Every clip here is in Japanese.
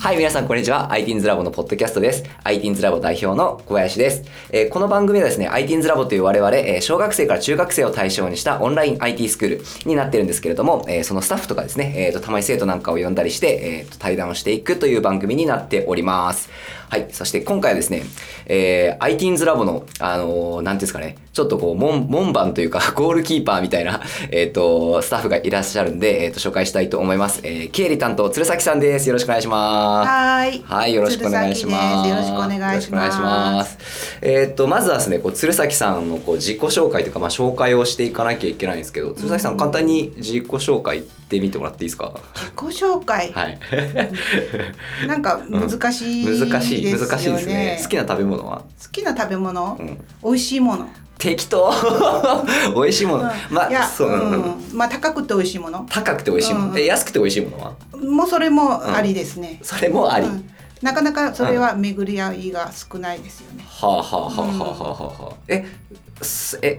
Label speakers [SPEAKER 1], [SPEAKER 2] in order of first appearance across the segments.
[SPEAKER 1] はい、皆さん、こんにちは。ITeens ラボのポッドキャストです。ITeens ラボ代表の小林です。えーこの番組はですね、ITeens ラボという我々、えー小学生から中学生を対象にしたオンライン IT スクールになってるんですけれども、えーそのスタッフとかですね、えーと、たまに生徒なんかを呼んだりして、えーと、対談をしていくという番組になっております。はい、そして今回はですね、えー、ITeens ラボの、あのーなんていうんですかね、ちょっとこう、門門番というか、 ゴールキーパーみたいな、えっ、と、スタッフがいらっしゃるんで、えっ、と、紹介したいと思います。えー経理担当、鶴崎さんです。よろしくお願いします。
[SPEAKER 2] はーい。
[SPEAKER 1] はい、よろしくお願いしま
[SPEAKER 2] 鶴崎です
[SPEAKER 1] す。
[SPEAKER 2] よろしくお願いします。
[SPEAKER 1] よろくお願いしますえーっと、まずはですね、こう鶴崎さんのこう自己紹介というか、まあ紹介をしていかなきゃいけないんですけど、鶴崎さん、簡単に自己紹介ってみてもらっていいですか。
[SPEAKER 2] 自己紹介、
[SPEAKER 1] はい。
[SPEAKER 2] なんか難しいですよね。
[SPEAKER 1] 難しい、難しいですね。好きな食べ物は。
[SPEAKER 2] 好きな食べ物、
[SPEAKER 1] うん
[SPEAKER 2] 美味しいもの。
[SPEAKER 1] 適当。 美味しいもの。ま
[SPEAKER 2] いや
[SPEAKER 1] あ、、そう、うん
[SPEAKER 2] うんまあ高くて美味しいもの。
[SPEAKER 1] 高くて美味しいも
[SPEAKER 2] う
[SPEAKER 1] の。
[SPEAKER 2] ん
[SPEAKER 1] で、安くて美味しいものは。
[SPEAKER 2] もうそれもありですね。
[SPEAKER 1] それもあり。
[SPEAKER 2] う
[SPEAKER 1] は
[SPEAKER 2] んなかなかそれは巡り合いが少ないですよね。
[SPEAKER 1] あはあはあはあはあはあはあ。え。すえ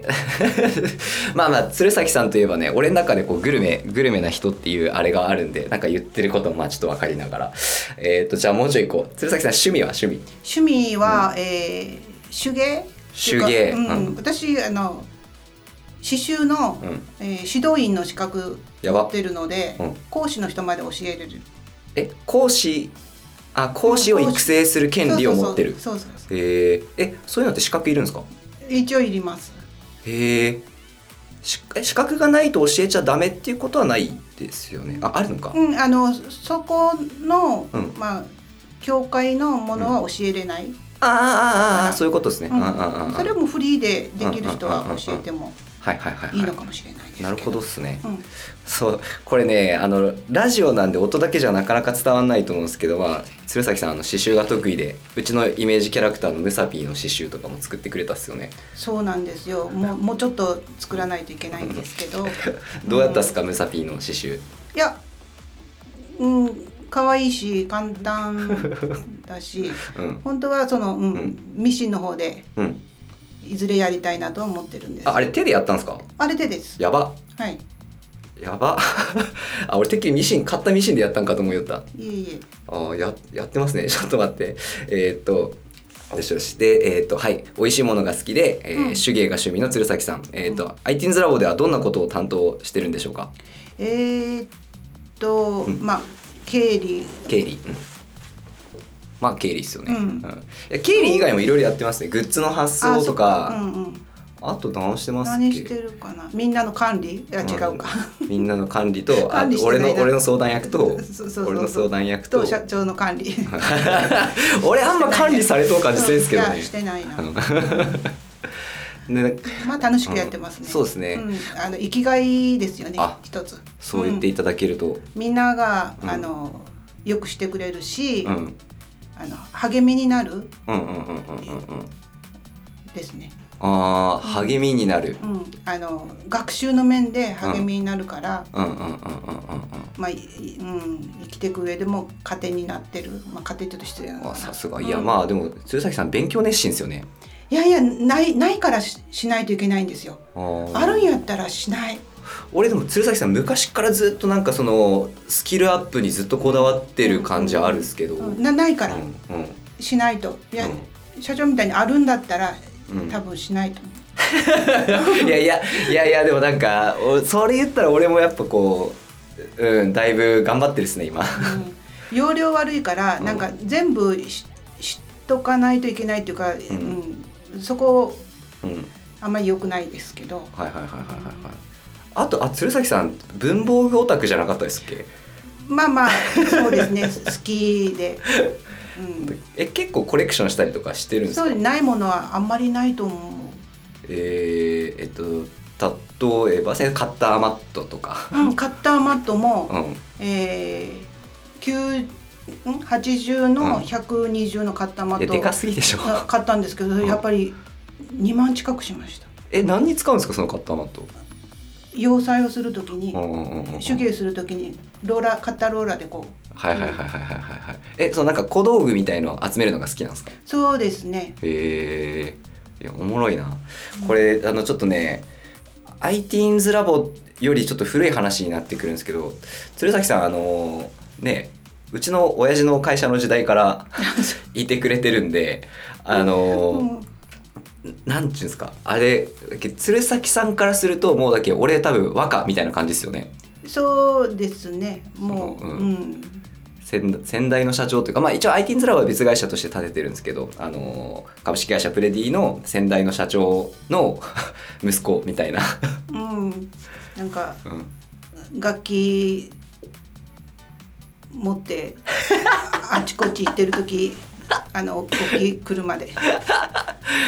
[SPEAKER 1] まあまあ鶴崎さんといえばね俺の中でこうグルメグルメな人っていうあれがあるんでなんか言ってることもまあちょっと分かりながらえっ、とじゃあもうちょいこう鶴崎さん趣味は趣味
[SPEAKER 2] 趣味は、えー手芸。
[SPEAKER 1] 手芸
[SPEAKER 2] うん
[SPEAKER 1] うん
[SPEAKER 2] 私あの刺繍の、
[SPEAKER 1] うん
[SPEAKER 2] えー指導員の資格
[SPEAKER 1] やば
[SPEAKER 2] 持ってるので、
[SPEAKER 1] うん
[SPEAKER 2] 講師の人まで教えれる
[SPEAKER 1] え講師あ講師を育成する権利を持ってる
[SPEAKER 2] そうそうそうそう
[SPEAKER 1] へええそういうのって資格いるんですか
[SPEAKER 2] そう一応いります
[SPEAKER 1] へえしえ資格がないと教えちゃダメっていうことはないですよねああるのか、
[SPEAKER 2] うんあのそこの、
[SPEAKER 1] うん
[SPEAKER 2] まあ教会のものは教えれない、
[SPEAKER 1] ああああああそういうことですね、
[SPEAKER 2] うん
[SPEAKER 1] ああああ
[SPEAKER 2] それもフリーでできる人は
[SPEAKER 1] うんうんうんうん
[SPEAKER 2] 教えても
[SPEAKER 1] はいはいはいはい
[SPEAKER 2] いいのかもしれないですけど
[SPEAKER 1] なるほどっすね、
[SPEAKER 2] うん
[SPEAKER 1] そうこれねあのラジオなんで音だけじゃなかなか伝わらないと思うんですけど、まあ、鶴崎さんあの刺繍が得意でうちのイメージキャラクターのムサピーの刺繍とかも作ってくれたっすよね
[SPEAKER 2] そうなんですよもうもうちょっと作らないといけないんですけど
[SPEAKER 1] どうやったっすか、ムサピーの刺繍
[SPEAKER 2] いやうん可愛いし簡単だ し
[SPEAKER 1] うん
[SPEAKER 2] 本当はその、うん
[SPEAKER 1] うん
[SPEAKER 2] ミシンの方で
[SPEAKER 1] うん
[SPEAKER 2] いずれやりたいなとは思ってるんです
[SPEAKER 1] ああれ手でやったんですか
[SPEAKER 2] あれでです
[SPEAKER 1] やば
[SPEAKER 2] はい
[SPEAKER 1] やば あ俺てっきりミシン買ったミシンでやったんかと思いよった
[SPEAKER 2] いえいえ
[SPEAKER 1] ああややってますね ちょっと待ってえーっとよしよしでえーっとはい美味しいものが好きで、えー
[SPEAKER 2] うん
[SPEAKER 1] 手芸が趣味の鶴崎さんえーっと、ITINS ラボではどんなことを担当してるんでしょうか
[SPEAKER 2] えーっと、まあ経理
[SPEAKER 1] 経理うんまあ経理ですよね、
[SPEAKER 2] うん
[SPEAKER 1] いや経理以外もいろいろやってますねグッズの発送と
[SPEAKER 2] あ
[SPEAKER 1] か
[SPEAKER 2] そううんうん、
[SPEAKER 1] あ,、と何してますっけ
[SPEAKER 2] 何してるかなみんなの管理いや違うか、
[SPEAKER 1] みんなの管理とあ
[SPEAKER 2] 管理
[SPEAKER 1] と
[SPEAKER 2] してな
[SPEAKER 1] 俺
[SPEAKER 2] いな
[SPEAKER 1] の俺の相談役と
[SPEAKER 2] そうそうそう
[SPEAKER 1] 俺の相談役と
[SPEAKER 2] と社長の管理
[SPEAKER 1] 俺あんま管理されとう感じせんですけど
[SPEAKER 2] い
[SPEAKER 1] ね
[SPEAKER 2] やしてないな
[SPEAKER 1] うん ね
[SPEAKER 2] まあ楽しくやってますね、
[SPEAKER 1] うんそうですね
[SPEAKER 2] んあの生きがいですよね
[SPEAKER 1] あ
[SPEAKER 2] 一つ
[SPEAKER 1] そう言っていただけると、
[SPEAKER 2] みんなが、
[SPEAKER 1] うん
[SPEAKER 2] あのよくしてくれるし、
[SPEAKER 1] うん、うん
[SPEAKER 2] あの励みになる
[SPEAKER 1] うんうんうんうんうん
[SPEAKER 2] ですね、
[SPEAKER 1] あー励みになる
[SPEAKER 2] うん、あの学習の面で励みになるから、
[SPEAKER 1] うんうんうんうんうん
[SPEAKER 2] まあいうん、生きていく上でも糧になってる、まあ、糧ってちょっと失礼な
[SPEAKER 1] う
[SPEAKER 2] の
[SPEAKER 1] ん
[SPEAKER 2] か
[SPEAKER 1] あ
[SPEAKER 2] な
[SPEAKER 1] さすが
[SPEAKER 2] うん
[SPEAKER 1] いやまあでも鶴崎さん勉強熱心ですよね
[SPEAKER 2] いやいやないないからししないといけないんですよ
[SPEAKER 1] あー
[SPEAKER 2] あるんやったらしない
[SPEAKER 1] 俺でも鶴崎さん昔からずっとなんかそのスキルアップにずっとこだわってる感じはあるんですけど、うんうん
[SPEAKER 2] なないから
[SPEAKER 1] うん
[SPEAKER 2] しないといや、
[SPEAKER 1] う
[SPEAKER 2] 社長みたいにあるんだったら
[SPEAKER 1] うん
[SPEAKER 2] 多分しないと思う、
[SPEAKER 1] いやいやいやいやでもなんかおそれ言ったら俺もやっぱこう、うん、だいぶ頑張ってるっすね今
[SPEAKER 2] うん容量悪いからなんか全部し知っとかないといけないっていうか、
[SPEAKER 1] ん
[SPEAKER 2] うんそこ
[SPEAKER 1] うん
[SPEAKER 2] あんまり良くないですけど
[SPEAKER 1] はいはいはいはいはいはいあとあ鶴崎さん文房具オタクじゃなかったですっけ
[SPEAKER 2] まあまあそうです ね好きで、
[SPEAKER 1] え結構コレクションしたりとかしてるん
[SPEAKER 2] うん、
[SPEAKER 1] です
[SPEAKER 2] そ
[SPEAKER 1] か
[SPEAKER 2] うでないものはあんまりないと思う
[SPEAKER 1] えー、えっと例えばカッターマットとか
[SPEAKER 2] うん、カッターマットも、
[SPEAKER 1] うん
[SPEAKER 2] えー、9ん80
[SPEAKER 1] うん
[SPEAKER 2] の120のカッターマ
[SPEAKER 1] い
[SPEAKER 2] ッ
[SPEAKER 1] や
[SPEAKER 2] ト
[SPEAKER 1] で
[SPEAKER 2] を
[SPEAKER 1] かすぎでしょ
[SPEAKER 2] あ買ったんですけど
[SPEAKER 1] ん
[SPEAKER 2] やっぱり2万近くしました
[SPEAKER 1] え何に使うんですかそのカッターマット
[SPEAKER 2] 洋裁をするときに
[SPEAKER 1] うんうんうんうん
[SPEAKER 2] 手芸するときにローラーカッターローラーでこう
[SPEAKER 1] はいはいはいはいはいはいはいえそうなんか小道具みたいのを集めるのが好きなんですか
[SPEAKER 2] そうですね
[SPEAKER 1] へえいやおもろいなこれあのちょっとね ITeens ラボよりちょっと古い話になってくるんですけど鶴崎さんあのねうちの親父の会社の時代からいてくれてるんであの
[SPEAKER 2] もう
[SPEAKER 1] なんちゅうんですかあれ鶴崎さんからするともうだけ俺多分若みたいな感じですよね
[SPEAKER 2] そうですねもう、
[SPEAKER 1] う
[SPEAKER 2] うんん
[SPEAKER 1] 先先代の社長というか、まあ、一応 IT インズラボは別会社として立ててるんですけどあの株式会社プレディの先代の社長の 息子みたいな、
[SPEAKER 2] うん、なんか
[SPEAKER 1] うん
[SPEAKER 2] 楽器持ってあちこち行ってる時あの大きい車 で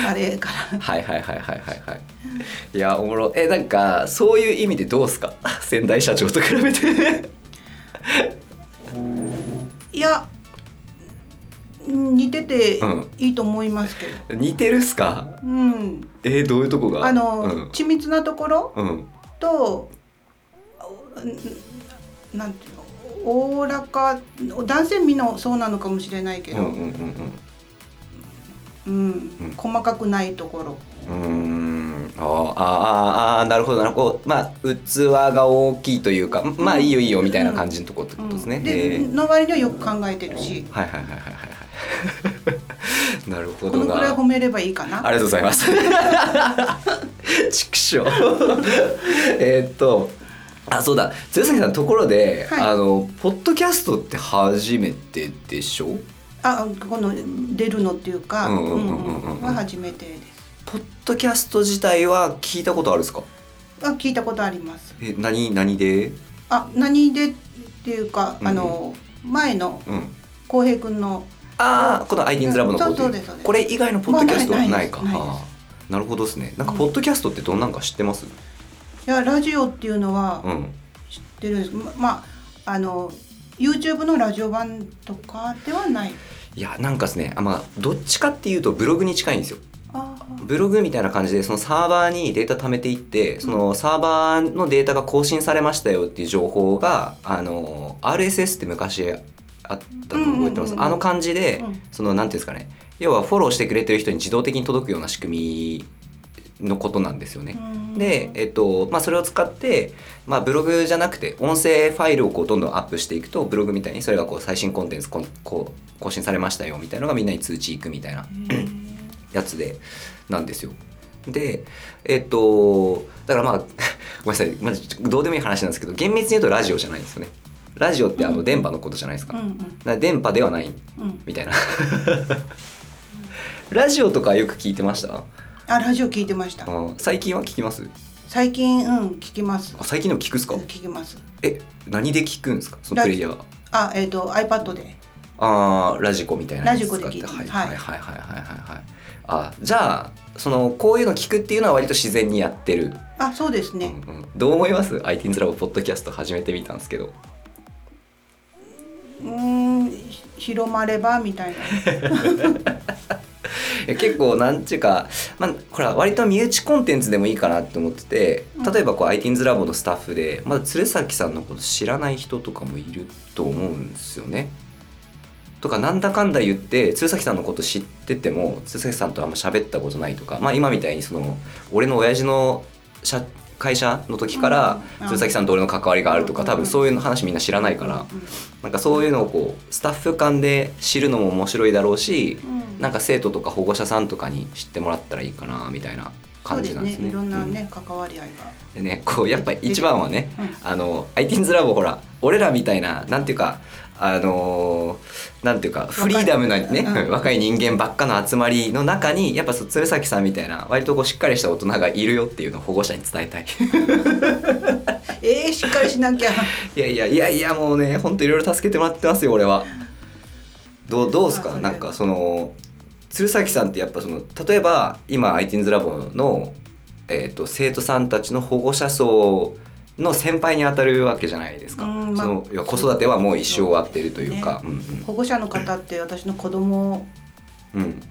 [SPEAKER 2] あれから
[SPEAKER 1] はいはいはいはいはいはいいやおもろえなんかそういう意味でどうっすか 先代社長と比べて
[SPEAKER 2] いやうん似てて
[SPEAKER 1] うん
[SPEAKER 2] いいと思いますけど、
[SPEAKER 1] 似てるっすか
[SPEAKER 2] うん
[SPEAKER 1] えどういうとこが
[SPEAKER 2] あの、
[SPEAKER 1] うん
[SPEAKER 2] 緻密なところ
[SPEAKER 1] うん、
[SPEAKER 2] とうんなんていうのおおらか男性みんなそうなのかもしれないけ
[SPEAKER 1] うん
[SPEAKER 2] ど、
[SPEAKER 1] うん
[SPEAKER 2] うん
[SPEAKER 1] うん
[SPEAKER 2] 細かくないところ
[SPEAKER 1] うんうんうーんあーあーあーなるほどなるほどまあ器が大きいというかまあいいよいいよみたいな感じのとこってことですね、
[SPEAKER 2] うん
[SPEAKER 1] へ
[SPEAKER 2] で
[SPEAKER 1] ー
[SPEAKER 2] の割にはよく考えてるし
[SPEAKER 1] はいはいはいはいはいはい なるほ
[SPEAKER 2] こ
[SPEAKER 1] ど
[SPEAKER 2] の
[SPEAKER 1] な
[SPEAKER 2] くらい褒めればいいか
[SPEAKER 1] あ
[SPEAKER 2] な
[SPEAKER 1] りがとうござ います。畜生。えーっと。あそうだ鶴崎さんところで、
[SPEAKER 2] はい
[SPEAKER 1] あのポッドキャストって初めてでしょ
[SPEAKER 2] あこの出るのっていうか
[SPEAKER 1] う
[SPEAKER 2] うん
[SPEAKER 1] うん
[SPEAKER 2] ん
[SPEAKER 1] うんうんうん
[SPEAKER 2] うんは初めてです
[SPEAKER 1] ポッドキャスト自体は聞いたことあるんですか
[SPEAKER 2] あ聞いたことあります
[SPEAKER 1] え何何で
[SPEAKER 2] あ何でっていうか
[SPEAKER 1] うんうん
[SPEAKER 2] あの前の
[SPEAKER 1] うん
[SPEAKER 2] 浩平君の
[SPEAKER 1] ああこの「アイティンズラブのポッドキ
[SPEAKER 2] そうそう
[SPEAKER 1] ャ
[SPEAKER 2] です
[SPEAKER 1] ス
[SPEAKER 2] そうです
[SPEAKER 1] これ以外のポッドキャストは
[SPEAKER 2] まあない
[SPEAKER 1] ないか、
[SPEAKER 2] ないです
[SPEAKER 1] あーなるほどですねなんか
[SPEAKER 2] うん
[SPEAKER 1] ポッドキャストってどんなんか知ってます
[SPEAKER 2] いやラジオっていうのは
[SPEAKER 1] うん
[SPEAKER 2] 知ってるんですままああの YouTube のラジオ版とかではない
[SPEAKER 1] いやなんかですねあまあどっちかっていうとブログに近いんですよ
[SPEAKER 2] あー
[SPEAKER 1] ブログみたいな感じでそのサーバーにデータ貯めていってそのサーバーのデータが更新されましたよっていう情報があの RSS って昔あったと覚えてま
[SPEAKER 2] うんうん
[SPEAKER 1] す、
[SPEAKER 2] うんうん
[SPEAKER 1] あの感じで、
[SPEAKER 2] うん
[SPEAKER 1] そのなんていうんですかね要はフォローしてくれてる人に自動的に届くような仕組みのことなんですよね。
[SPEAKER 2] うん
[SPEAKER 1] で、えっとまあ、それを使って、まあ、ブログじゃなくて音声ファイルをこうどんどんアップしていくとブログみたいにそれがこう最新コンテンツこんこう更新されましたよみたいなのがみんなに通知いくみたいな
[SPEAKER 2] へー
[SPEAKER 1] やつでなんですよ。でえっとだからまあ ごめんなさい、まあ、ちょどうでもいい話なんですけど厳密に言うとラジオじゃないんですよね。ラジオってあの電波のことじゃないですか。
[SPEAKER 2] うん
[SPEAKER 1] だから電波ではない
[SPEAKER 2] うんうん
[SPEAKER 1] みた いな。ラジオとかよく聞いてました、
[SPEAKER 2] あラジオ聞いてました
[SPEAKER 1] うん最近は聞きます
[SPEAKER 2] 最近うん聞きます
[SPEAKER 1] あ最近でも聞くっすか
[SPEAKER 2] 聞きます
[SPEAKER 1] え何で聞くんですかその
[SPEAKER 2] ラ
[SPEAKER 1] プ
[SPEAKER 2] ジ
[SPEAKER 1] レイヤーは
[SPEAKER 2] あえっ、と iPad で
[SPEAKER 1] あーラジコみたいなやつ
[SPEAKER 2] ラジコで聞いて
[SPEAKER 1] 使っ
[SPEAKER 2] ます
[SPEAKER 1] はいはいはいはいはいはいあじゃあそのこういうの聞くっていうのは割と自然にやってる、
[SPEAKER 2] あそうですね、
[SPEAKER 1] うんうん、どう思います ?IT ズラボポッドキャスト始めてみたんですけど
[SPEAKER 2] うーんひ広まればみたいな
[SPEAKER 1] え結構なんていうか、まあ、これは割と身内コンテンツでもいいかなって思ってて
[SPEAKER 2] うん
[SPEAKER 1] 例えばこう IT ズラボのスタッフでまだ鶴崎さんのこと知らない人とかもいると思うんですよね。とかなんだかんだ言って鶴崎さんのこと知ってても鶴崎さんとあんま喋ったことないとか、まあ、今みたいにその俺の親父の社会社の時から
[SPEAKER 2] うん
[SPEAKER 1] 鶴崎さんと俺の関わりがあるとか
[SPEAKER 2] うん
[SPEAKER 1] 多分そういうの話みんな知らないからなんかそういうのをこうスタッフ間で知るのも面白いだろうし
[SPEAKER 2] うん、うん
[SPEAKER 1] なんか生徒とか保護者さんとかに知ってもらったらいいかなみたいな感じなんですね。
[SPEAKER 2] そうですねいろんなね、関わり合いが
[SPEAKER 1] うんでねこうやっぱ一番はね、
[SPEAKER 2] う
[SPEAKER 1] あの IT's ラボほら俺らみたいななんていうかあのーなんていうかフリーダムなね
[SPEAKER 2] う
[SPEAKER 1] 若い,、
[SPEAKER 2] ん
[SPEAKER 1] 人間ばっかの集まりの中にやっぱそう鶴崎さんみたいな割とこうしっかりした大人がいるよっていうのを保護者に伝えたい。
[SPEAKER 2] えー、しっかりし なきゃ
[SPEAKER 1] いやいやいやいやもうねほんといろいろ助けてもらってますよ俺はどうどうです
[SPEAKER 2] あ
[SPEAKER 1] か
[SPEAKER 2] それ
[SPEAKER 1] なんかその鶴崎さんってやっぱその例えば今 IT's ラボの、えー、と生徒さんたちの保護者層の先輩に当たるわけじゃないですか、
[SPEAKER 2] うんまあ
[SPEAKER 1] そのいや子育てはもう一生終わってるというかう,、
[SPEAKER 2] 保護者の方って私の子供
[SPEAKER 1] んうんうん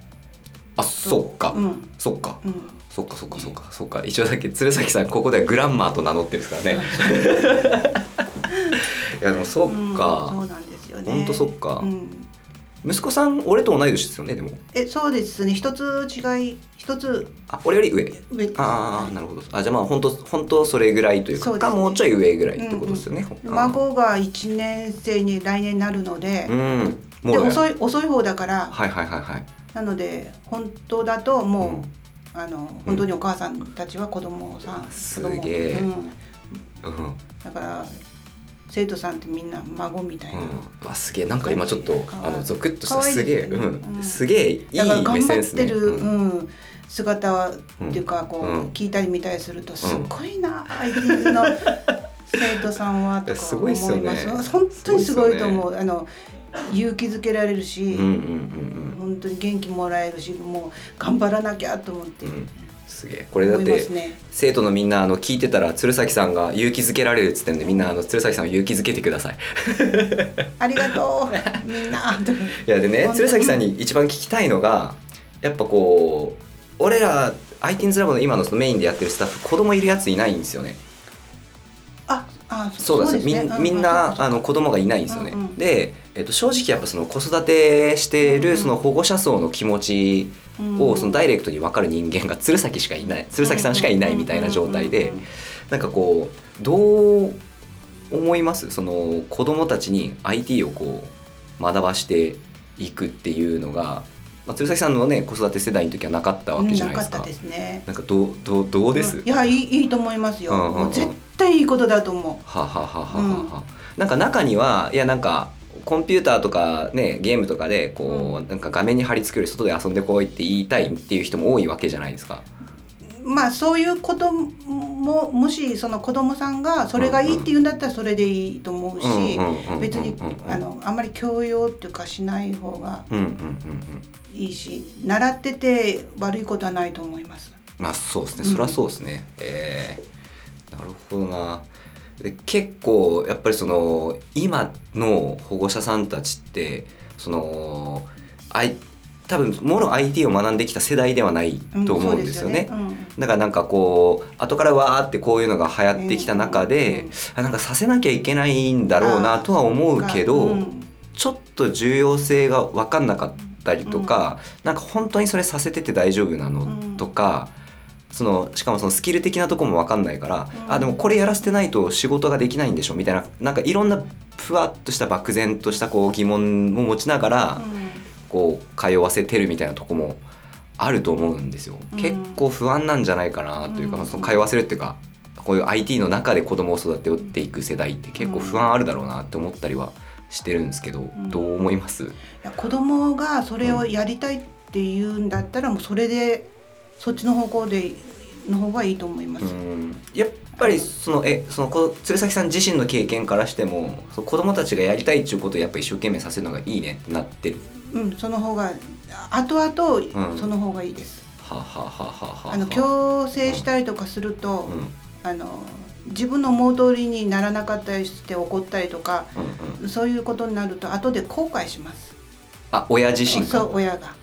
[SPEAKER 1] あそっか、
[SPEAKER 2] うん
[SPEAKER 1] そっか
[SPEAKER 2] うん
[SPEAKER 1] そっかそっかそっかそっか一応だけ鶴崎さんここではグランマーと名乗ってるんですからね いやでもそっか、
[SPEAKER 2] うん、そうなんですよね
[SPEAKER 1] ほんとそっか
[SPEAKER 2] うん、
[SPEAKER 1] 息子さん俺と同い年ですよねでも
[SPEAKER 2] えそうですね一つ違い一つ
[SPEAKER 1] あ俺より上
[SPEAKER 2] 上
[SPEAKER 1] ああなるほどあじゃあまあ本当本当それぐらいというか
[SPEAKER 2] そうです
[SPEAKER 1] か
[SPEAKER 2] ね
[SPEAKER 1] もうちょい上ぐらいってことですよね、
[SPEAKER 2] 孫が1年生に来年なるので
[SPEAKER 1] う、んも
[SPEAKER 2] で
[SPEAKER 1] うね
[SPEAKER 2] 遅い遅い方だから、
[SPEAKER 1] はいはいはいはい
[SPEAKER 2] なので本当だと
[SPEAKER 1] う
[SPEAKER 2] も
[SPEAKER 1] ん
[SPEAKER 2] う、あの本当にお母さんたちは子供さん、
[SPEAKER 1] す
[SPEAKER 2] 子供
[SPEAKER 1] げえ
[SPEAKER 2] うん
[SPEAKER 1] うん、うん
[SPEAKER 2] だから生徒さんってみんな孫みたいな、
[SPEAKER 1] うわすげえなんか今ちょっと
[SPEAKER 2] かわいい
[SPEAKER 1] あのゾクッとし
[SPEAKER 2] か
[SPEAKER 1] た
[SPEAKER 2] わいい
[SPEAKER 1] すげえ、
[SPEAKER 2] ですねう
[SPEAKER 1] う、
[SPEAKER 2] んん
[SPEAKER 1] すげえいい
[SPEAKER 2] だから
[SPEAKER 1] 目
[SPEAKER 2] 頑
[SPEAKER 1] 線
[SPEAKER 2] 張
[SPEAKER 1] で
[SPEAKER 2] っ
[SPEAKER 1] すね
[SPEAKER 2] てる、
[SPEAKER 1] う
[SPEAKER 2] うんん姿っていうかこう、
[SPEAKER 1] うん
[SPEAKER 2] 聞いたり見たりするとすごいな、ITs の生徒さんはとか思います
[SPEAKER 1] すごいっすよね
[SPEAKER 2] 本当にすごいと
[SPEAKER 1] す
[SPEAKER 2] 思う、あの勇気づけられるし、
[SPEAKER 1] うんうんうん
[SPEAKER 2] 本当に元気もらえるしもう頑張らなきゃと思って
[SPEAKER 1] うんうんすげえこれだっ
[SPEAKER 2] 思いま
[SPEAKER 1] て
[SPEAKER 2] すね。
[SPEAKER 1] 生徒のみんなあの聞いてたら鶴崎さんが勇気づけられるっつってんでみんなあの鶴崎さんを勇気づけてください
[SPEAKER 2] ありがとうみん な。
[SPEAKER 1] いやで
[SPEAKER 2] 本
[SPEAKER 1] ね
[SPEAKER 2] 当に
[SPEAKER 1] 鶴崎さんに一番聞きたいのがやっぱこう俺ら IT's ラボの今のそのメインでやってるスタッフ子供いるやついないんですよね
[SPEAKER 2] ああ
[SPEAKER 1] そうなんですよみんみんなあの子供がいないんですよね、
[SPEAKER 2] うんうん
[SPEAKER 1] で、えっと、正直やっぱその子育てして
[SPEAKER 2] うんう
[SPEAKER 1] る
[SPEAKER 2] ん
[SPEAKER 1] その保護者層の気持ちをそのダイレクトに分かる人間が鶴崎しかいない鶴崎さんしかいないみたいな状態でなんかこうどう思いますその子供たちに IT をこう学ばしていくっていうのが、まあ、鶴崎さんのね子育て世代の時はなかったわけじゃないですか。
[SPEAKER 2] なかったですね。
[SPEAKER 1] なんかどうどうどうです、
[SPEAKER 2] うんいやいいいいと思いますよ。
[SPEAKER 1] うんうんうん
[SPEAKER 2] もう絶対いいことだと思
[SPEAKER 1] はあはあはあはあはあなんか中にはいやなんかコンピューターとかねゲームとかでこう、なんか画面に貼り付ける外で遊んでこいって言いたいっていう人も多いわけじゃないですか。
[SPEAKER 2] う。まあそういうことももしその子供さんがそれがいいって言うんだったらそれでいいと思うし、別にあのあんまり強要っていうかしない方が
[SPEAKER 1] うんうんうんうん
[SPEAKER 2] いいし、習ってて悪いことはないと思います。
[SPEAKER 1] まあそうですね
[SPEAKER 2] うん
[SPEAKER 1] そりゃそうですね、えーなるほどなで結構やっぱりその今の保護者さんたちってそのあい多分もろ IT を学んできた世代ではないと思うんですよね
[SPEAKER 2] そ。うですよねうん
[SPEAKER 1] だからなんかこう後からわーってこういうのが流行ってきた中で、
[SPEAKER 2] うんうん
[SPEAKER 1] あなんかさせなきゃいけないんだろうなとは思うけど、
[SPEAKER 2] うん
[SPEAKER 1] ちょっと重要性が分かんなかったりとか、なんか本当にそれさせてて大丈夫な
[SPEAKER 2] うん
[SPEAKER 1] のとか、そのしかもそのスキル的なとこも分かんないから、
[SPEAKER 2] うん
[SPEAKER 1] あでもこれやらせてないと仕事ができないんでしょみたいななんかいろんなふわっとした漠然としたこう疑問も持ちながら、こう通わせてるみたいなとこもあると思うんですよ、
[SPEAKER 2] うん
[SPEAKER 1] 結構不安なんじゃないかなというか、
[SPEAKER 2] うん
[SPEAKER 1] その通わせるっていうかこういう IT の中で子供を育てていく世代って結構不安あるだろうなって思ったりはしてるんですけど、
[SPEAKER 2] ん
[SPEAKER 1] どう思います
[SPEAKER 2] いや子供がそれをやりたいって言うんだったらもうそれでそっちの方向での方がいいと思います。
[SPEAKER 1] うんやっぱりそのえそのこ鶴崎さん自身の経験からしてもその子供たちがやりたいっていうことをやっぱ一生懸命させるのがいいねってなってる。
[SPEAKER 2] うん、その方が後
[SPEAKER 1] う
[SPEAKER 2] 々
[SPEAKER 1] ん
[SPEAKER 2] その方がいいです。
[SPEAKER 1] はあはあはあはあはあ
[SPEAKER 2] あの強制したりとかすると、
[SPEAKER 1] うんうん
[SPEAKER 2] あの自分の思う通りにならなかったりして怒ったりとか、
[SPEAKER 1] うん
[SPEAKER 2] そういうことになると後で後悔します。
[SPEAKER 1] あ親自身
[SPEAKER 2] そ
[SPEAKER 1] か
[SPEAKER 2] う親が。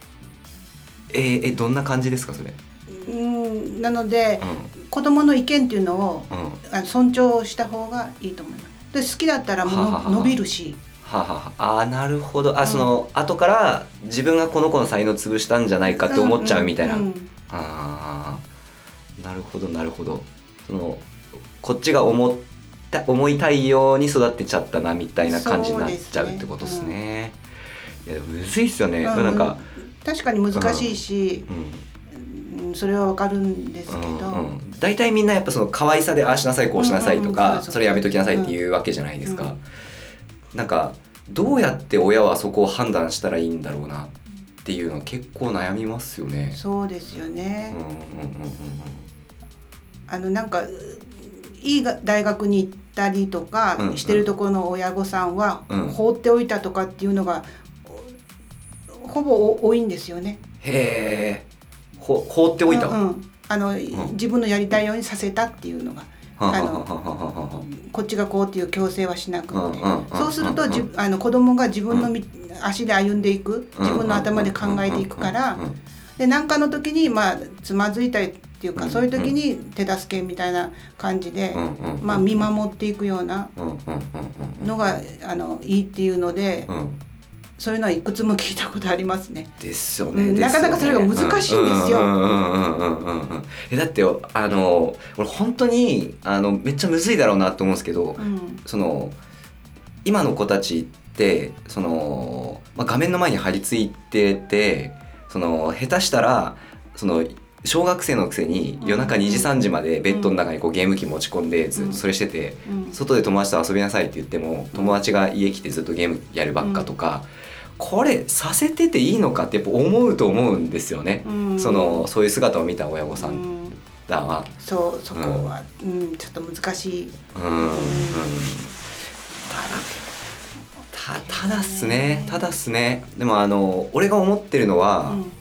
[SPEAKER 1] えーえどんな感じですかそれ、
[SPEAKER 2] うん、なので
[SPEAKER 1] う、ん
[SPEAKER 2] 子供の意見っていうのを
[SPEAKER 1] うん、は
[SPEAKER 2] あの尊重した方がいいと思います。で好きだったらもう
[SPEAKER 1] はははは
[SPEAKER 2] 伸びるし、
[SPEAKER 1] あ、はあはあ、あーなるほどあ、
[SPEAKER 2] うん
[SPEAKER 1] その後から自分がこの子の才能潰したんじゃないかって思っちゃうみたいな、
[SPEAKER 2] んん
[SPEAKER 1] あーなるほどなるほどそのこっちが思った思いたいように育ってちゃったなみたいな感じになっちゃうってことですねいやむずいっすよ
[SPEAKER 2] う
[SPEAKER 1] ね、
[SPEAKER 2] ん
[SPEAKER 1] なんか、
[SPEAKER 2] 確かに難しいし、
[SPEAKER 1] うん
[SPEAKER 2] うんそれはわかるんですけど、
[SPEAKER 1] うんうん、大体みんなやっぱその可愛さでああしなさいこうしなさいと
[SPEAKER 2] うんうん
[SPEAKER 1] か、
[SPEAKER 2] うんそうそう
[SPEAKER 1] それやめときなさいっていうわけじゃないですか、
[SPEAKER 2] うんう
[SPEAKER 1] なんかどうやって親はそこを判断したらいいんだろうなっていうの結構悩みますよね。
[SPEAKER 2] そうですよ
[SPEAKER 1] うん
[SPEAKER 2] ね
[SPEAKER 1] うん。うん
[SPEAKER 2] あのなんかういいが大学に行ったりとか
[SPEAKER 1] うんうん
[SPEAKER 2] してるところの親御さんは、
[SPEAKER 1] うん
[SPEAKER 2] 放っておいたとかっていうのがおほぼお多いんですよね。
[SPEAKER 1] へえほ放っておいた、
[SPEAKER 2] うんうんあの、
[SPEAKER 1] ん
[SPEAKER 2] 自分のやりたいようにさせたっていうのが。
[SPEAKER 1] ははは
[SPEAKER 2] あ
[SPEAKER 1] は
[SPEAKER 2] の
[SPEAKER 1] は
[SPEAKER 2] こっちがこうっていう強制はしなくて、
[SPEAKER 1] うんうんうんうん
[SPEAKER 2] そうするとじあの子供が自分のみ、足で歩んでいく
[SPEAKER 1] は
[SPEAKER 2] 自分の頭で考えていくから、
[SPEAKER 1] うんうんうんうん
[SPEAKER 2] で何かの時にまあつまずいたりっていうか、
[SPEAKER 1] うん
[SPEAKER 2] そういう時に手助けみたいな感じで、
[SPEAKER 1] うんうんうん
[SPEAKER 2] まあ、見守っていくような
[SPEAKER 1] うんうんうんうん
[SPEAKER 2] のがあのいいっていうので、
[SPEAKER 1] うん
[SPEAKER 2] そういうのはいくつも聞いたことありますね。
[SPEAKER 1] ですよね,
[SPEAKER 2] うん
[SPEAKER 1] ですよ
[SPEAKER 2] な
[SPEAKER 1] ね、
[SPEAKER 2] かなかそれが難しいんですよ
[SPEAKER 1] うんうんうんうんうんうんうんえだってあの俺本当にあのめっちゃむずいだろうなと思うんですけど、
[SPEAKER 2] うん、
[SPEAKER 1] その今の子たちってその、まあ、画面の前に張り付いててその下手したらその小学生のくせに夜中
[SPEAKER 2] うん
[SPEAKER 1] 2時3時までベッドの中にこうゲーム機持ち込んでずっとそれしてて。
[SPEAKER 2] うん
[SPEAKER 1] 外で友達と遊びなさいって言っても友達が家来てずっとゲームやるばっかとか、これさせてていいのかってやっぱ思うと思うんですよね、
[SPEAKER 2] うん
[SPEAKER 1] そのそういう姿を見た親御さ
[SPEAKER 2] うんん
[SPEAKER 1] だは。
[SPEAKER 2] そうそこは、うんちょっと難しい。
[SPEAKER 1] うんうんただたただっすねただっすねでもあの俺が思ってるのは、
[SPEAKER 2] うん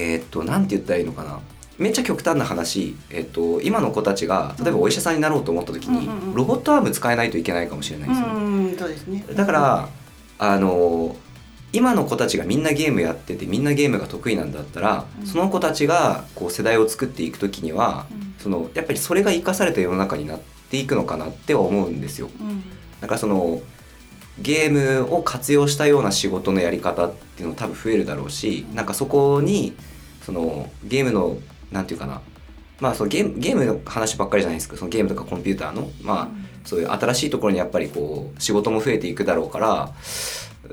[SPEAKER 1] えーっとなんて言ったらいいのかなめっちゃ極端な話、えーっと今の子たちが例えばお医者さんになろうと思った時に、
[SPEAKER 2] うんうんうん
[SPEAKER 1] ロボットアーム使えないといけないかもしれないんですよね、
[SPEAKER 2] うん、そうですね。
[SPEAKER 1] だからあの今の子たちがみんなゲームやっててみんなゲームが得意なんだったら、
[SPEAKER 2] うん
[SPEAKER 1] その子たちがこう世代を作っていく時には
[SPEAKER 2] うん、
[SPEAKER 1] そのやっぱりそれが生かされた世の中になっていくのかなっては思うんですよ。
[SPEAKER 2] うん、
[SPEAKER 1] だからそのゲームを活用したような仕事のやり方っていうのも多分増えるだろうしなんかそこにそのゲームのなんていうかなまあそのゲームゲームの話ばっかりじゃないですけどそのゲームとかコンピューターのまあ、そういう新しいところにやっぱりこう仕事も増えていくだろうからう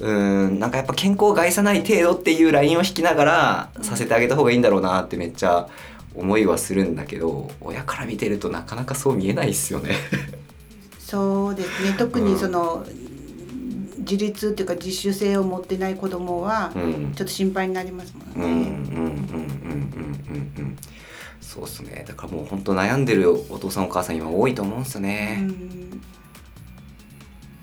[SPEAKER 1] ーんなんかやっぱ健康を害さない程度っていうラインを引きながらさせてあげた方がいいんだろうなってめっちゃ思いはするんだけど親から見てるとなかなかそう見えないっすよ ね。
[SPEAKER 2] そうですね特にその、自立っていうか自主性を持ってない子供は
[SPEAKER 1] うん
[SPEAKER 2] ちょっと心配になりますも
[SPEAKER 1] うんうん
[SPEAKER 2] んね。
[SPEAKER 1] うんうんうんうんうんそうっすねだからもう本当悩んでるお父さんお母さん今多いと思うんす
[SPEAKER 2] う
[SPEAKER 1] ね。
[SPEAKER 2] んだ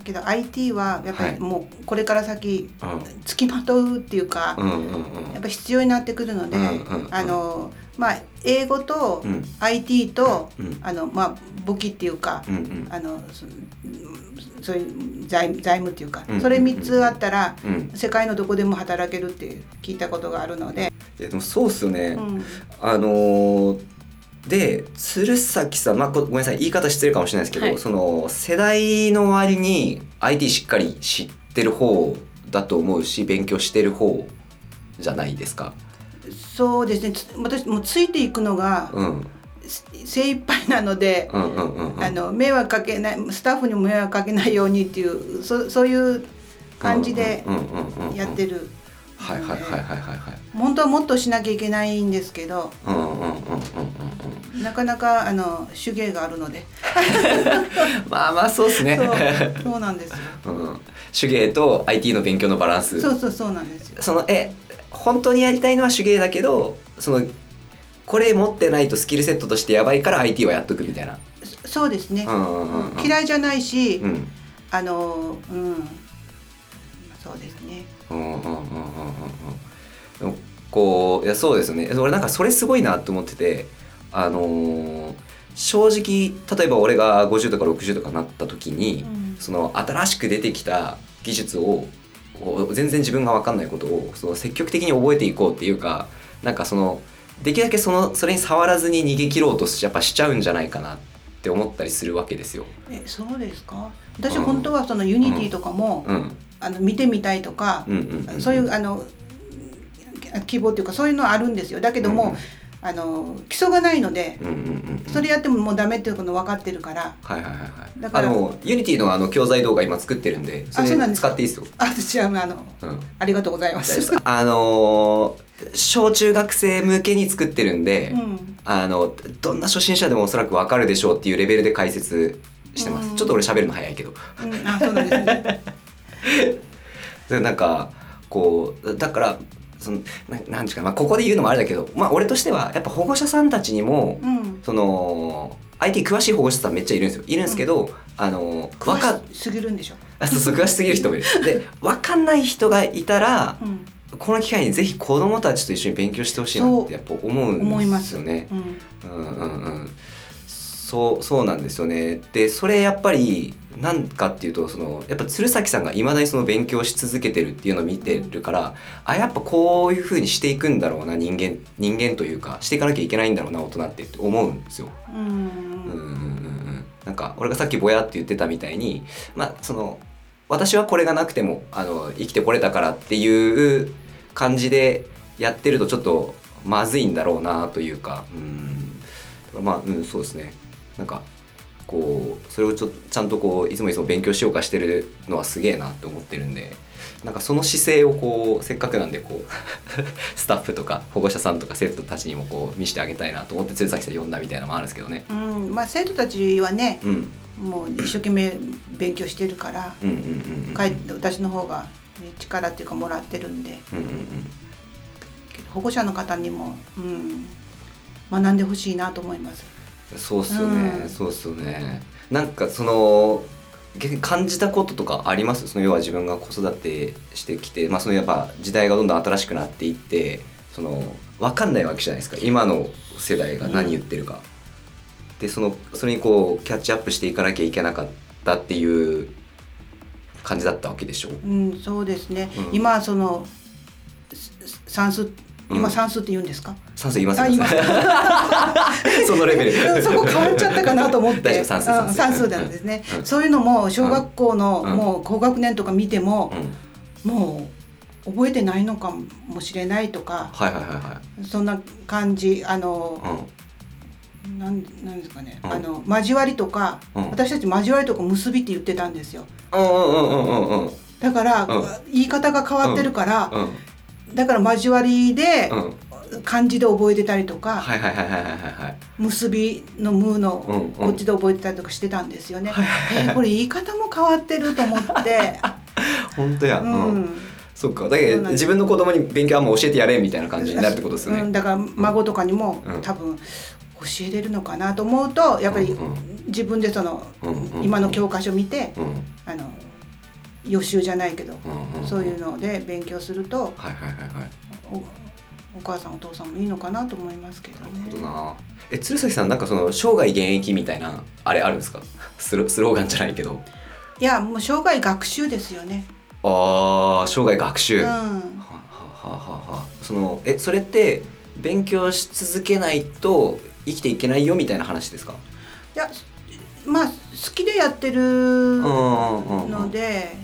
[SPEAKER 2] けど IT はやっぱ
[SPEAKER 1] はい
[SPEAKER 2] りもうこれから先
[SPEAKER 1] うん
[SPEAKER 2] つきまとうっていうか、
[SPEAKER 1] うんうんうん
[SPEAKER 2] やっぱ必要になってくるので、
[SPEAKER 1] うんうんうん
[SPEAKER 2] あのまあ英語と
[SPEAKER 1] うん
[SPEAKER 2] IT と、
[SPEAKER 1] うん
[SPEAKER 2] あのまあ武器っていうか、
[SPEAKER 1] うんうん
[SPEAKER 2] あのそうんそういう財財務っていうか、
[SPEAKER 1] うんうんうん
[SPEAKER 2] それ3つあったら、
[SPEAKER 1] うん
[SPEAKER 2] 世界のどこでも働けるって聞いたことがあるので、
[SPEAKER 1] いやでもそうっすよね。
[SPEAKER 2] うん
[SPEAKER 1] あのーで鶴崎さん、まあ、こごめんなさい言い方失礼かもしれないですけど、
[SPEAKER 2] はい
[SPEAKER 1] その世代の割に IT しっかり知ってる方だと思うし勉強してる方じゃないですか。
[SPEAKER 2] そうですねつ私もうついていくのが
[SPEAKER 1] うん、
[SPEAKER 2] す精一杯なので、
[SPEAKER 1] うんうんうんうん
[SPEAKER 2] あの迷惑かけないスタッフにも迷惑かけないようにっていうそそういう感じで
[SPEAKER 1] うんうんうんうんうん
[SPEAKER 2] やってる。
[SPEAKER 1] はいはいはいはいはいはい。
[SPEAKER 2] 本当はもっとしなきゃいけないんですけど
[SPEAKER 1] うんうんうんうんうんうん。
[SPEAKER 2] なかなかあの手芸があるので
[SPEAKER 1] まあまあそうですね
[SPEAKER 2] そ。うそうなん ですよ
[SPEAKER 1] うん、手芸と IT の勉強のバランス。
[SPEAKER 2] そうそうそうなんですよ
[SPEAKER 1] そのえ本当にやりたいのは手芸だけどそのこれ持ってないとスキルセットとしてやばいから IT はやっとくみたいな。
[SPEAKER 2] そそうですね、
[SPEAKER 1] うんうんうんうん
[SPEAKER 2] 嫌いじゃないし、
[SPEAKER 1] うん
[SPEAKER 2] あのうんそうですね
[SPEAKER 1] うんうんうんうんうんうんでもこういやそうですよね俺なんかそれすごいなと思っててあのー正直例えば俺が50とか60とかなった時に、
[SPEAKER 2] うん
[SPEAKER 1] その新しく出てきた技術をこう全然自分が分かんないことをその積極的に覚えていこうっていうかなんかそのできるだけそのそれに触らずに逃げ切ろうとしやっぱしちゃうんじゃないかなって思ったりするわけですよ。
[SPEAKER 2] えそうですか私
[SPEAKER 1] うん
[SPEAKER 2] 本当はそのユニティとかも、
[SPEAKER 1] うん、
[SPEAKER 2] あの見てみたいとか
[SPEAKER 1] う、んうんうん、
[SPEAKER 2] そういうあの希望っていうかそういうのはあるんですよだけども、
[SPEAKER 1] うん
[SPEAKER 2] あの基礎がないので
[SPEAKER 1] うんうんうんうん
[SPEAKER 2] それやってももうダメっていうの分かってるから
[SPEAKER 1] はいはいはいはい。
[SPEAKER 2] だから
[SPEAKER 1] あのユニティのあの教材動画今作ってるんで、それ
[SPEAKER 2] そうなんです
[SPEAKER 1] 使っていいですよ。
[SPEAKER 2] あ私はあの
[SPEAKER 1] うん。
[SPEAKER 2] ありがとうございます。
[SPEAKER 1] あのー小中学生向けに作ってるんで、
[SPEAKER 2] うん
[SPEAKER 1] あのどんな初心者でもおそらくわかるでしょうっていうレベルで解説してま
[SPEAKER 2] う
[SPEAKER 1] す。
[SPEAKER 2] ん
[SPEAKER 1] ちょっと俺喋るの早いけど、
[SPEAKER 2] うん、あそうなんですね。
[SPEAKER 1] でなんかこうだから。そのななんていうか、まあ、ここで言うのもあれだけど、まあ、俺としてはやっぱ保護者さんたちにも、
[SPEAKER 2] うん。
[SPEAKER 1] その IT 詳しい保護者さんめっちゃいるんですよいるんですけど、あのわかっ
[SPEAKER 2] 詳しすぎるんでしょ。
[SPEAKER 1] あそうそう詳しすぎる人もいる。で分かんない人がいたら
[SPEAKER 2] うん。
[SPEAKER 1] この機会にぜひ子どもたちと一緒に勉強してほしいなってやっぱ思うん
[SPEAKER 2] 思いま
[SPEAKER 1] です
[SPEAKER 2] す
[SPEAKER 1] よね。
[SPEAKER 2] うん。
[SPEAKER 1] うんうんうんそうそうなんですよね。でそれやっぱりなんかっていうとそのやっぱ鶴崎さんがいまだにその勉強し続けてるっていうのを見てるからあやっぱこういう風にしていくんだろうな人間人間というかしていかなきゃいけないんだろうな大人ってって思うんですよ。
[SPEAKER 2] う
[SPEAKER 1] うんう
[SPEAKER 2] ん。
[SPEAKER 1] んうんうんなんか俺がさっきぼやって言ってたみたいにまあその私はこれがなくてもあの生きてこれたからっていう感じでやってるとちょっとまずいんだろうなというかうんまあうんそうですねなんかこうそれをちょちゃんとこういつもいつも勉強しようかしてるのはすげえなって思ってるんでなんかその姿勢をこうせっかくなんでこう スタッフとか保護者さんとか生徒たちにもこう見せてあげたいなと思って鶴崎さん呼んだみたいなのもあるんですけどね。
[SPEAKER 2] うんまあ、生徒たちはね
[SPEAKER 1] うん、
[SPEAKER 2] もう一生懸命勉強してるから
[SPEAKER 1] うんうんうんうん
[SPEAKER 2] かえって私の方が力っていうかもらってるんで
[SPEAKER 1] うんうんうん
[SPEAKER 2] 保護者の方にも、うん、学んでほしいなと思います。
[SPEAKER 1] そうっすよね、
[SPEAKER 2] うん
[SPEAKER 1] そうっすよねなんかその逆に感じたこととかありますその要は自分が子育てしてきてまあそのやっぱ時代がどんどん新しくなっていってその分かんないわけじゃないですか今の世代が何言ってるか、でそのそれにこうキャッチアップしていかなきゃいけなかったっていう感じだったわけでしょ
[SPEAKER 2] うん、そうですね。
[SPEAKER 1] うん
[SPEAKER 2] 今そのすす算数
[SPEAKER 1] う
[SPEAKER 2] 今
[SPEAKER 1] ん
[SPEAKER 2] 算数って言うんですか？
[SPEAKER 1] 算数います
[SPEAKER 2] あいま
[SPEAKER 1] そのレベル
[SPEAKER 2] うん そこ変わっちゃったかなと思っ
[SPEAKER 1] 大丈
[SPEAKER 2] て。
[SPEAKER 1] 夫算数
[SPEAKER 2] うん
[SPEAKER 1] 算
[SPEAKER 2] 算
[SPEAKER 1] 数
[SPEAKER 2] 数なんですね
[SPEAKER 1] う。ん
[SPEAKER 2] そういうのも小学校の
[SPEAKER 1] うん
[SPEAKER 2] もう高学年とか見ても
[SPEAKER 1] う、ん、
[SPEAKER 2] もう覚えてないのかもしれないとか、
[SPEAKER 1] はいはいはい
[SPEAKER 2] そんな感じあの。
[SPEAKER 1] はい、
[SPEAKER 2] なんなんですかね、
[SPEAKER 1] うん
[SPEAKER 2] あの交わりとか、
[SPEAKER 1] うん
[SPEAKER 2] 私たち交わりとか結びって言ってたんですよ
[SPEAKER 1] うん、うんうんうんうんうん
[SPEAKER 2] だから、
[SPEAKER 1] うん
[SPEAKER 2] 言い方が変わってるから、
[SPEAKER 1] うん
[SPEAKER 2] だから交わりで
[SPEAKER 1] うん
[SPEAKER 2] 漢字で覚えてたりとか、
[SPEAKER 1] はいはいはいはいはいはい
[SPEAKER 2] 結びの「む」の
[SPEAKER 1] うんうん
[SPEAKER 2] こっちで覚えてたりとかしてたんですよね、えーこれ言い方も変わってると思って、
[SPEAKER 1] 本当や、
[SPEAKER 2] う
[SPEAKER 1] うん
[SPEAKER 2] ん
[SPEAKER 1] そっかだ
[SPEAKER 2] そ
[SPEAKER 1] け
[SPEAKER 2] う
[SPEAKER 1] ど
[SPEAKER 2] なんです
[SPEAKER 1] 自分の子供に勉強あんま教えてやれみたいな感じになるってことですよね、
[SPEAKER 2] うん、だから孫とかにも、
[SPEAKER 1] うん
[SPEAKER 2] 多分教えれるのかなと思うとやっぱり、
[SPEAKER 1] うんうん
[SPEAKER 2] 自分でその、
[SPEAKER 1] うんうんうん
[SPEAKER 2] 今の教科書見て、
[SPEAKER 1] うんうん
[SPEAKER 2] あの予習じゃないけど、
[SPEAKER 1] うんん
[SPEAKER 2] そういうので勉強すると
[SPEAKER 1] はいはいはいはいなる
[SPEAKER 2] おお母さんお父さんもいいのかなと思いますけど
[SPEAKER 1] ほど
[SPEAKER 2] ね。
[SPEAKER 1] なえ鶴崎さんなんかその生涯現役みたいなあれあるんですかスロスローガンじゃないけど
[SPEAKER 2] いやもう生涯学習ですよね。
[SPEAKER 1] あー生涯学
[SPEAKER 2] う
[SPEAKER 1] 習、
[SPEAKER 2] ん、
[SPEAKER 1] はははははそのえそれって勉強し続けないと生きていけないよみたいな話ですか
[SPEAKER 2] いやまあ好きでやってる
[SPEAKER 1] うん
[SPEAKER 2] の
[SPEAKER 1] うんうんうん
[SPEAKER 2] で、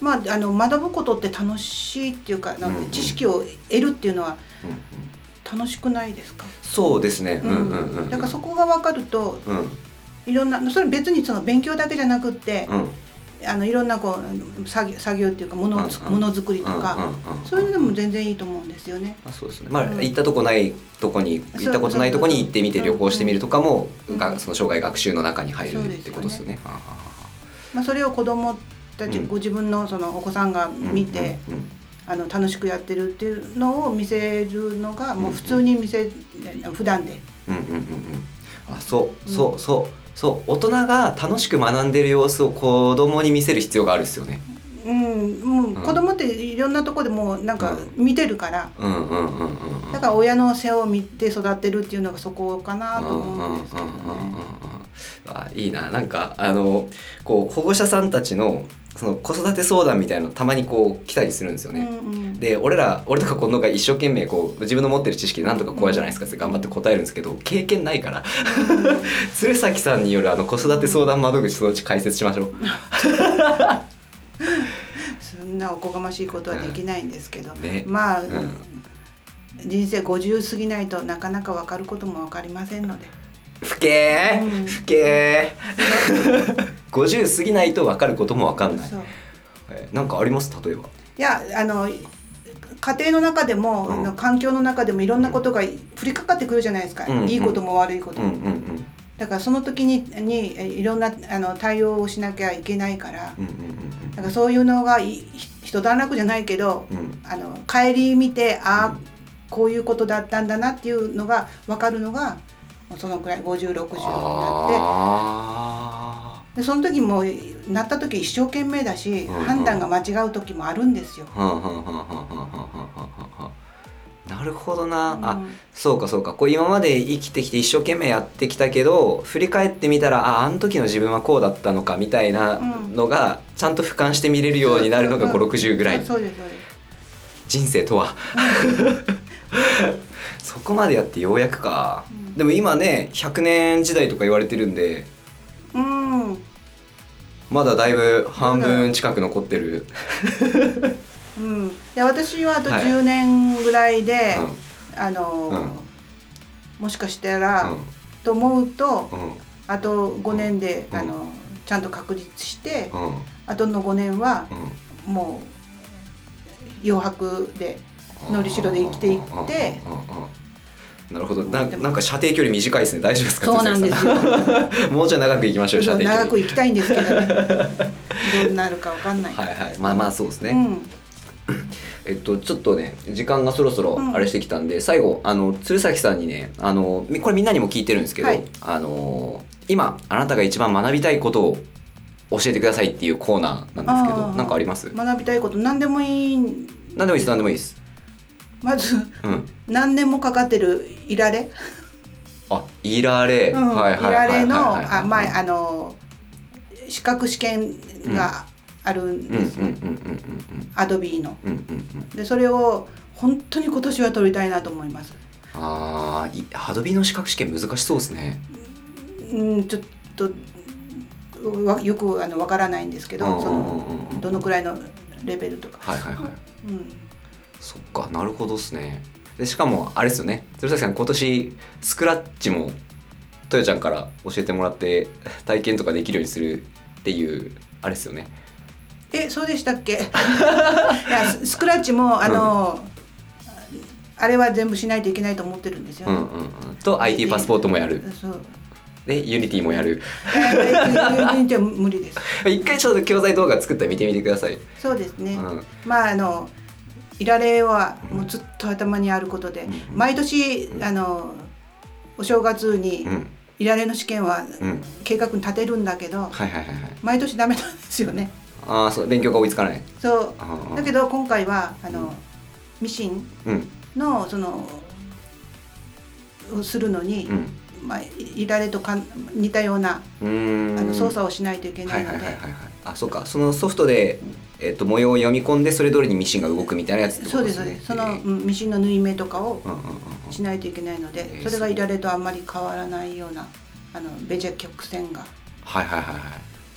[SPEAKER 2] まああの学ぶことって楽しいっていうかなん
[SPEAKER 1] うん
[SPEAKER 2] か
[SPEAKER 1] うん
[SPEAKER 2] 知識を得るっていうのは
[SPEAKER 1] うんうん
[SPEAKER 2] 楽しくないですか。
[SPEAKER 1] そうですねうんうんうん、うん、
[SPEAKER 2] だからそこが分かると
[SPEAKER 1] うんうん
[SPEAKER 2] いろんなそれ別にその勉強だけじゃなくって、あのいろんなこうあの作業作業っていうかものをつ
[SPEAKER 1] うんうん
[SPEAKER 2] ものづくりとか。
[SPEAKER 1] うんうんうん
[SPEAKER 2] そういうのでも全然いいと思うんですよね。
[SPEAKER 1] あそうですね、まあ
[SPEAKER 2] うん
[SPEAKER 1] 行ったとこないとこに
[SPEAKER 2] そう
[SPEAKER 1] 行ったことないとこに行ってみて
[SPEAKER 2] そう
[SPEAKER 1] 旅行してみるとかも、
[SPEAKER 2] うん
[SPEAKER 1] がその生涯学習の中に入る
[SPEAKER 2] そう
[SPEAKER 1] っ
[SPEAKER 2] ですよね
[SPEAKER 1] てことですよね。ああ
[SPEAKER 2] まあ、それを子供たち、
[SPEAKER 1] うん
[SPEAKER 2] ご自分のそのお子さんが
[SPEAKER 1] ああ
[SPEAKER 2] 見て、、
[SPEAKER 1] うんうんうん
[SPEAKER 2] あの楽しくやってるっていうのを見せるのがもう
[SPEAKER 1] うん
[SPEAKER 2] 普通に見せ、普段で。
[SPEAKER 1] うんうんうんうんあそうそうそうそう大人が楽しく学んでる様子を子供に見せる必要があるですよね。
[SPEAKER 2] うん、もう
[SPEAKER 1] うん
[SPEAKER 2] 子供っていろんなとこでもうなんか
[SPEAKER 1] う
[SPEAKER 2] 見てるから、
[SPEAKER 1] うんうんうんうんうん。
[SPEAKER 2] だから親の背を見て育ってるっていうのがそこかなと思うんですけど
[SPEAKER 1] うんうんうんうんうん
[SPEAKER 2] ね。
[SPEAKER 1] あいいななんかあのこう保護者さんたちのその子育て相談みたいなのたまにこう来たりするんですよね。
[SPEAKER 2] うんうん
[SPEAKER 1] で俺ら俺とか近藤が一生懸命こう自分の持ってる知識でなんとかこうやじゃないですかって頑張って答えるんですけど経験ないから 鶴崎さんによるあの子育て相談窓口そのうち解説しましょ う。
[SPEAKER 2] そんなおこがましいことはできないんですけど、
[SPEAKER 1] うんね
[SPEAKER 2] まあ、
[SPEAKER 1] うん
[SPEAKER 2] 人生50過ぎないとなかなか分かることも分かりませんので。
[SPEAKER 1] ふけ
[SPEAKER 2] う
[SPEAKER 1] ー
[SPEAKER 2] ん
[SPEAKER 1] ふけー 50過ぎないと分かることも分かんない
[SPEAKER 2] そう
[SPEAKER 1] えなんかあります例えば
[SPEAKER 2] いやあの家庭の中でも、
[SPEAKER 1] うん
[SPEAKER 2] あの環境の中でもいろんなことが降りかかってくるじゃないですか、
[SPEAKER 1] うんうん
[SPEAKER 2] いいことも悪いこと
[SPEAKER 1] うん
[SPEAKER 2] も、
[SPEAKER 1] うんうん
[SPEAKER 2] だからその時ににえいろんなあの対応をしなきゃいけないから、
[SPEAKER 1] うんうん
[SPEAKER 2] だからそういうのがいひ一段落じゃないけど、
[SPEAKER 1] うんうん
[SPEAKER 2] あの帰り見てああ、
[SPEAKER 1] うん
[SPEAKER 2] こういうことだったんだなっていうのが分かるのがそのくらい5060になって
[SPEAKER 1] あ
[SPEAKER 2] でその時もなった時一生懸命だし、
[SPEAKER 1] うんうん
[SPEAKER 2] 判断が間違う時もあるんですよ。
[SPEAKER 1] ーはあはあはあはあはあはあはあなるほどな、あ
[SPEAKER 2] うん
[SPEAKER 1] そうかそうかこう今まで生きてきて一生懸命やってきたけど振り返ってみたらああの時の自分はこうだったのかみたいな
[SPEAKER 2] うん
[SPEAKER 1] のがちゃんと俯瞰して見れるようになるのが
[SPEAKER 2] そうそう
[SPEAKER 1] 560ぐらい
[SPEAKER 2] そうそうですそうです
[SPEAKER 1] 人生とはそこまでやってようやくか
[SPEAKER 2] うん
[SPEAKER 1] でも今ね100年時代とか言われてるんで
[SPEAKER 2] うん、
[SPEAKER 1] 学まだだいぶ半分近く残ってる、
[SPEAKER 2] うん、で私はあと
[SPEAKER 1] はい
[SPEAKER 2] 10年ぐらいで、あの、
[SPEAKER 1] うん
[SPEAKER 2] もしかした
[SPEAKER 1] う
[SPEAKER 2] ら、
[SPEAKER 1] ん
[SPEAKER 2] と思うと、
[SPEAKER 1] うん
[SPEAKER 2] あと5年で、
[SPEAKER 1] うん
[SPEAKER 2] あのちゃんと確立して、
[SPEAKER 1] うんうん
[SPEAKER 2] あとの5年はもう余白でのりしろで生きていって
[SPEAKER 1] うんうんうんうんなるほどななんか射程距離短いですね大丈夫ですか
[SPEAKER 2] そうなんですよ
[SPEAKER 1] よ もうちょい長くいきましょう射程距離
[SPEAKER 2] 長く行きたいんですけどねどうなるかわかんない。
[SPEAKER 1] はいはいまあまあそうですね、
[SPEAKER 2] うん
[SPEAKER 1] えっと、ちょっとね、時間がそろそろ
[SPEAKER 2] うん
[SPEAKER 1] あれしてきたんで、最後、あの、鶴崎さんにね、あの、みこれみんなにも聞いてるんですけど、
[SPEAKER 2] はい
[SPEAKER 1] あの、今、あなたが一番学びたいことを教えてくださいっていうコーナーなんですけ
[SPEAKER 2] あ
[SPEAKER 1] ど、
[SPEAKER 2] ー
[SPEAKER 1] なんかあります
[SPEAKER 2] 学びたいこと何でもいいん
[SPEAKER 1] 何でもいいです、何でもいいです。
[SPEAKER 2] まず
[SPEAKER 1] うん。
[SPEAKER 2] 何年もかかってるいられ、
[SPEAKER 1] あ、いられ、
[SPEAKER 2] うん
[SPEAKER 1] はい
[SPEAKER 2] い
[SPEAKER 1] はい
[SPEAKER 2] ら
[SPEAKER 1] はいはい
[SPEAKER 2] れの
[SPEAKER 1] はい
[SPEAKER 2] あ前あの資格試験があるん
[SPEAKER 1] うんうん
[SPEAKER 2] で
[SPEAKER 1] うん
[SPEAKER 2] す、
[SPEAKER 1] うん
[SPEAKER 2] アドビーの
[SPEAKER 1] うんうんうんうんうん。
[SPEAKER 2] でそれを本当に今年は取りたいなと思います
[SPEAKER 1] ああ、いハドビの資格試験難しそうですね。
[SPEAKER 2] うんちょっとわよくあのわからないんですけど、
[SPEAKER 1] うんうん
[SPEAKER 2] そ
[SPEAKER 1] うん
[SPEAKER 2] の
[SPEAKER 1] うん
[SPEAKER 2] どのくらいのレベルとか、
[SPEAKER 1] はいはいはい。
[SPEAKER 2] うん、
[SPEAKER 1] そっか、なるほどですね。で、しかも、あれですよね。鶴崎さん、今年、スクラッチも、とよちゃんから教えてもらって、体験とかできるようにするっていう、あれですよね。
[SPEAKER 2] えそうでしたっけ いやススクラッチもあの、あれは全部しないといけないと思ってるんですよ、
[SPEAKER 1] うんうんうん。と、IT パスポートもやる。
[SPEAKER 2] そう
[SPEAKER 1] で、ユニティもやる。
[SPEAKER 2] えー、じゃ無理 です。
[SPEAKER 1] 一回ちょっと教材動画作って見てみてください。
[SPEAKER 2] そうですね。
[SPEAKER 1] うん
[SPEAKER 2] まああのいられはもうずっと頭にあることで、
[SPEAKER 1] うん
[SPEAKER 2] 毎年あのお正月に
[SPEAKER 1] うん。
[SPEAKER 2] いられの試験は
[SPEAKER 1] うん。
[SPEAKER 2] 計画に立てるんだけど、
[SPEAKER 1] はいはいはいはい。
[SPEAKER 2] 毎年ダメなんですよね。
[SPEAKER 1] ああ、そう、勉強が追いつかない。
[SPEAKER 2] そ
[SPEAKER 1] あ
[SPEAKER 2] う。
[SPEAKER 1] あ
[SPEAKER 2] だけど今回はあのミシン
[SPEAKER 1] うん。
[SPEAKER 2] のそのをするのに、
[SPEAKER 1] うん。
[SPEAKER 2] まあいられとかん似たような
[SPEAKER 1] うー
[SPEAKER 2] あ
[SPEAKER 1] ん。
[SPEAKER 2] の操作をしないといけな
[SPEAKER 1] はいい
[SPEAKER 2] の
[SPEAKER 1] は
[SPEAKER 2] で。
[SPEAKER 1] いはいはいはい。あ、そうか。そのソフトで、えっと、模様を読み込んで、それ通りにミシンが動くみたいなやつってこ
[SPEAKER 2] そう
[SPEAKER 1] と
[SPEAKER 2] で
[SPEAKER 1] ですす
[SPEAKER 2] そうで
[SPEAKER 1] ね。
[SPEAKER 2] す。その、
[SPEAKER 1] えー
[SPEAKER 2] うんミシンの縫い目とかを
[SPEAKER 1] うんうんうんうん。
[SPEAKER 2] しないといけないので、
[SPEAKER 1] えー
[SPEAKER 2] それがいられとあんまり変わらないようなあのベジェ曲線が
[SPEAKER 1] はいはいはいはい。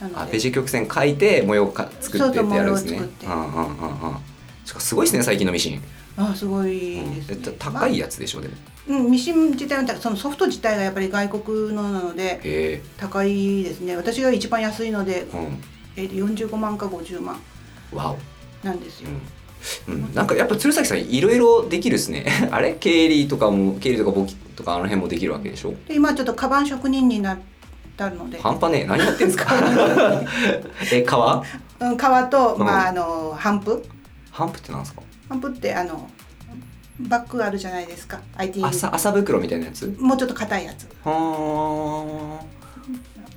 [SPEAKER 2] なので
[SPEAKER 1] あ、ページ曲線書いて模様をか作ってってやるんですね。
[SPEAKER 2] そうそう模様
[SPEAKER 1] うんうんうんうん。しかもすごいですね最近のミシン。
[SPEAKER 2] あすごいです、ね
[SPEAKER 1] うんえ高い
[SPEAKER 2] や、
[SPEAKER 1] やつでしょでも。
[SPEAKER 2] まあうん、ミシン自体はそのソフト自体がやっぱり外国のなので
[SPEAKER 1] へえ。
[SPEAKER 2] 高いですね私が一番安いので、
[SPEAKER 1] う
[SPEAKER 2] えー45万か50万
[SPEAKER 1] ん。わお。
[SPEAKER 2] なんですよ、
[SPEAKER 1] うん。うん、なんかやっぱ鶴崎さんいろいろできるですね あれ経理とかも経理とか簿記とかあの辺もできるわけでしょ
[SPEAKER 2] で今ちょっとカバン職人になったので、
[SPEAKER 1] 半端ねえ何やってんですか え革
[SPEAKER 2] うん、革と、
[SPEAKER 1] うん
[SPEAKER 2] まああのハンプ
[SPEAKER 1] ハンプってなんですか
[SPEAKER 2] ハンプってあのバッグあるじゃないですか IT
[SPEAKER 1] 朝朝袋みたいなやつ
[SPEAKER 2] もうちょっと硬いやつ
[SPEAKER 1] はー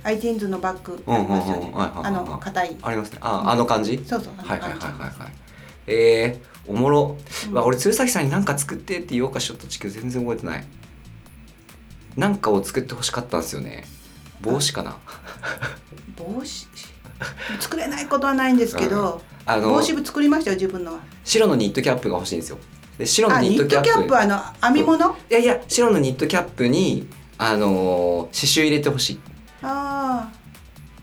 [SPEAKER 2] iTunes のバッグ
[SPEAKER 1] うんうんうん
[SPEAKER 2] ありますよね
[SPEAKER 1] はいはいはい
[SPEAKER 2] あの硬い
[SPEAKER 1] ありますねああの感じ
[SPEAKER 2] そうそう
[SPEAKER 1] はいはいはい
[SPEAKER 2] あの
[SPEAKER 1] はいはい。えー、おもろ。
[SPEAKER 2] うん
[SPEAKER 1] まあ、俺、鶴崎さんに何か作ってって言おうかしょっと地球全然覚えてない。なんかを作ってほしかったんですよね。帽子かな。
[SPEAKER 2] 帽子作れないことはないんですけど、
[SPEAKER 1] あの
[SPEAKER 2] 帽子作りましたよ自分のは
[SPEAKER 1] 白のニットキャップが欲しいんですよ。で白の
[SPEAKER 2] あ
[SPEAKER 1] ニ
[SPEAKER 2] ニ
[SPEAKER 1] ッ
[SPEAKER 2] ット
[SPEAKER 1] トキャッ
[SPEAKER 2] キ
[SPEAKER 1] プ。
[SPEAKER 2] ャップはあの編み物
[SPEAKER 1] いやいや、白のニットキャップに、あのー刺繍入れてほしい。
[SPEAKER 2] あ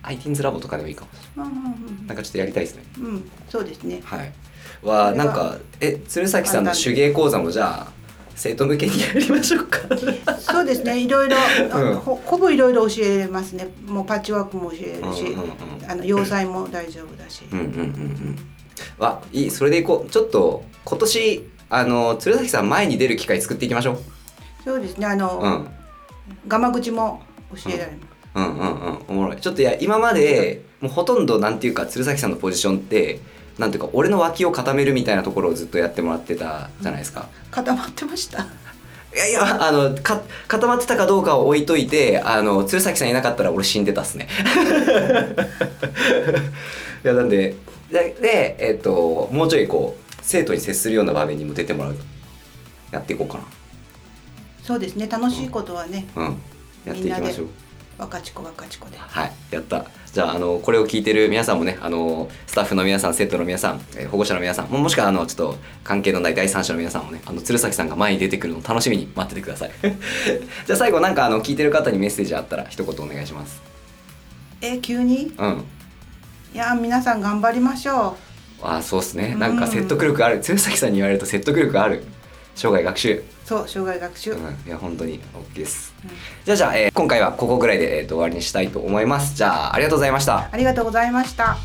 [SPEAKER 1] アイティンズラボとかでもいいかもしれな
[SPEAKER 2] あうん
[SPEAKER 1] い。なんかちょっとやりたいですね。
[SPEAKER 2] うんうん、うん、そうですね
[SPEAKER 1] はい。は、
[SPEAKER 2] それは
[SPEAKER 1] なんか、え、鶴崎さんの手芸講座もじゃあ、生徒向けにやりましょうか。
[SPEAKER 2] そうですねいろいろ、
[SPEAKER 1] うん
[SPEAKER 2] ほほぼいろいろ教えますねもうパッチワークも教えるし、
[SPEAKER 1] うんうんうん
[SPEAKER 2] あの洋裁も大丈夫だし、
[SPEAKER 1] うんうんうんうん。わ、いい、それでいこう。ちょっと、今年、あの、鶴崎さん前に出る機会作っていきましょう。
[SPEAKER 2] そうですねあ
[SPEAKER 1] う
[SPEAKER 2] の、
[SPEAKER 1] ん。
[SPEAKER 2] ガマ口も教えられます、
[SPEAKER 1] うんうんうん。おもろい。ちょっといや、今まで、もうほとんど、なんていうか、鶴崎さんのポジションって、なんていうか、俺の脇を固めるみたいなところをずっとやってもらってたじゃないですか。
[SPEAKER 2] 固まってました
[SPEAKER 1] いやいや、あの、か、固まってたかどうかを置いといて、あの、鶴崎さんいなかったら俺死んでたっすね。 いや、なんで、で、でえっ、と、もうちょいこう、生徒に接するような場面にも出てもらう。やっていこうか
[SPEAKER 2] そうですね楽しいことはね、
[SPEAKER 1] な。うん。やっていきましょう
[SPEAKER 2] みん。若ちこ若ちこで
[SPEAKER 1] はい、やった。じゃあ、あの、これを聞いてる皆さんもね、あの、スタッフの皆さん、生徒の皆さん、えー保護者の皆さん、ももしくは、あの、ちょっと、関係のない第三者の皆さんもね、あの、鶴崎さんが前に出てくるのを楽しみに待っててください。 じゃあ、最後、なんか、あの、聞いてる方にメッセージあったら、一言お願いします。
[SPEAKER 2] え急に
[SPEAKER 1] うん。
[SPEAKER 2] いやー皆さん頑張りましょ
[SPEAKER 1] あーそうっすねなんか説得力ある鶴崎さんに言われると説得力ある生涯学習、
[SPEAKER 2] うそう生涯学習、
[SPEAKER 1] う
[SPEAKER 2] うん
[SPEAKER 1] ん、いや本当に OK ですじゃあじゃあ、えー今回はここぐらいで、えーと終わりにしたいと思いますじゃあありがとうございました
[SPEAKER 2] ありがとうございました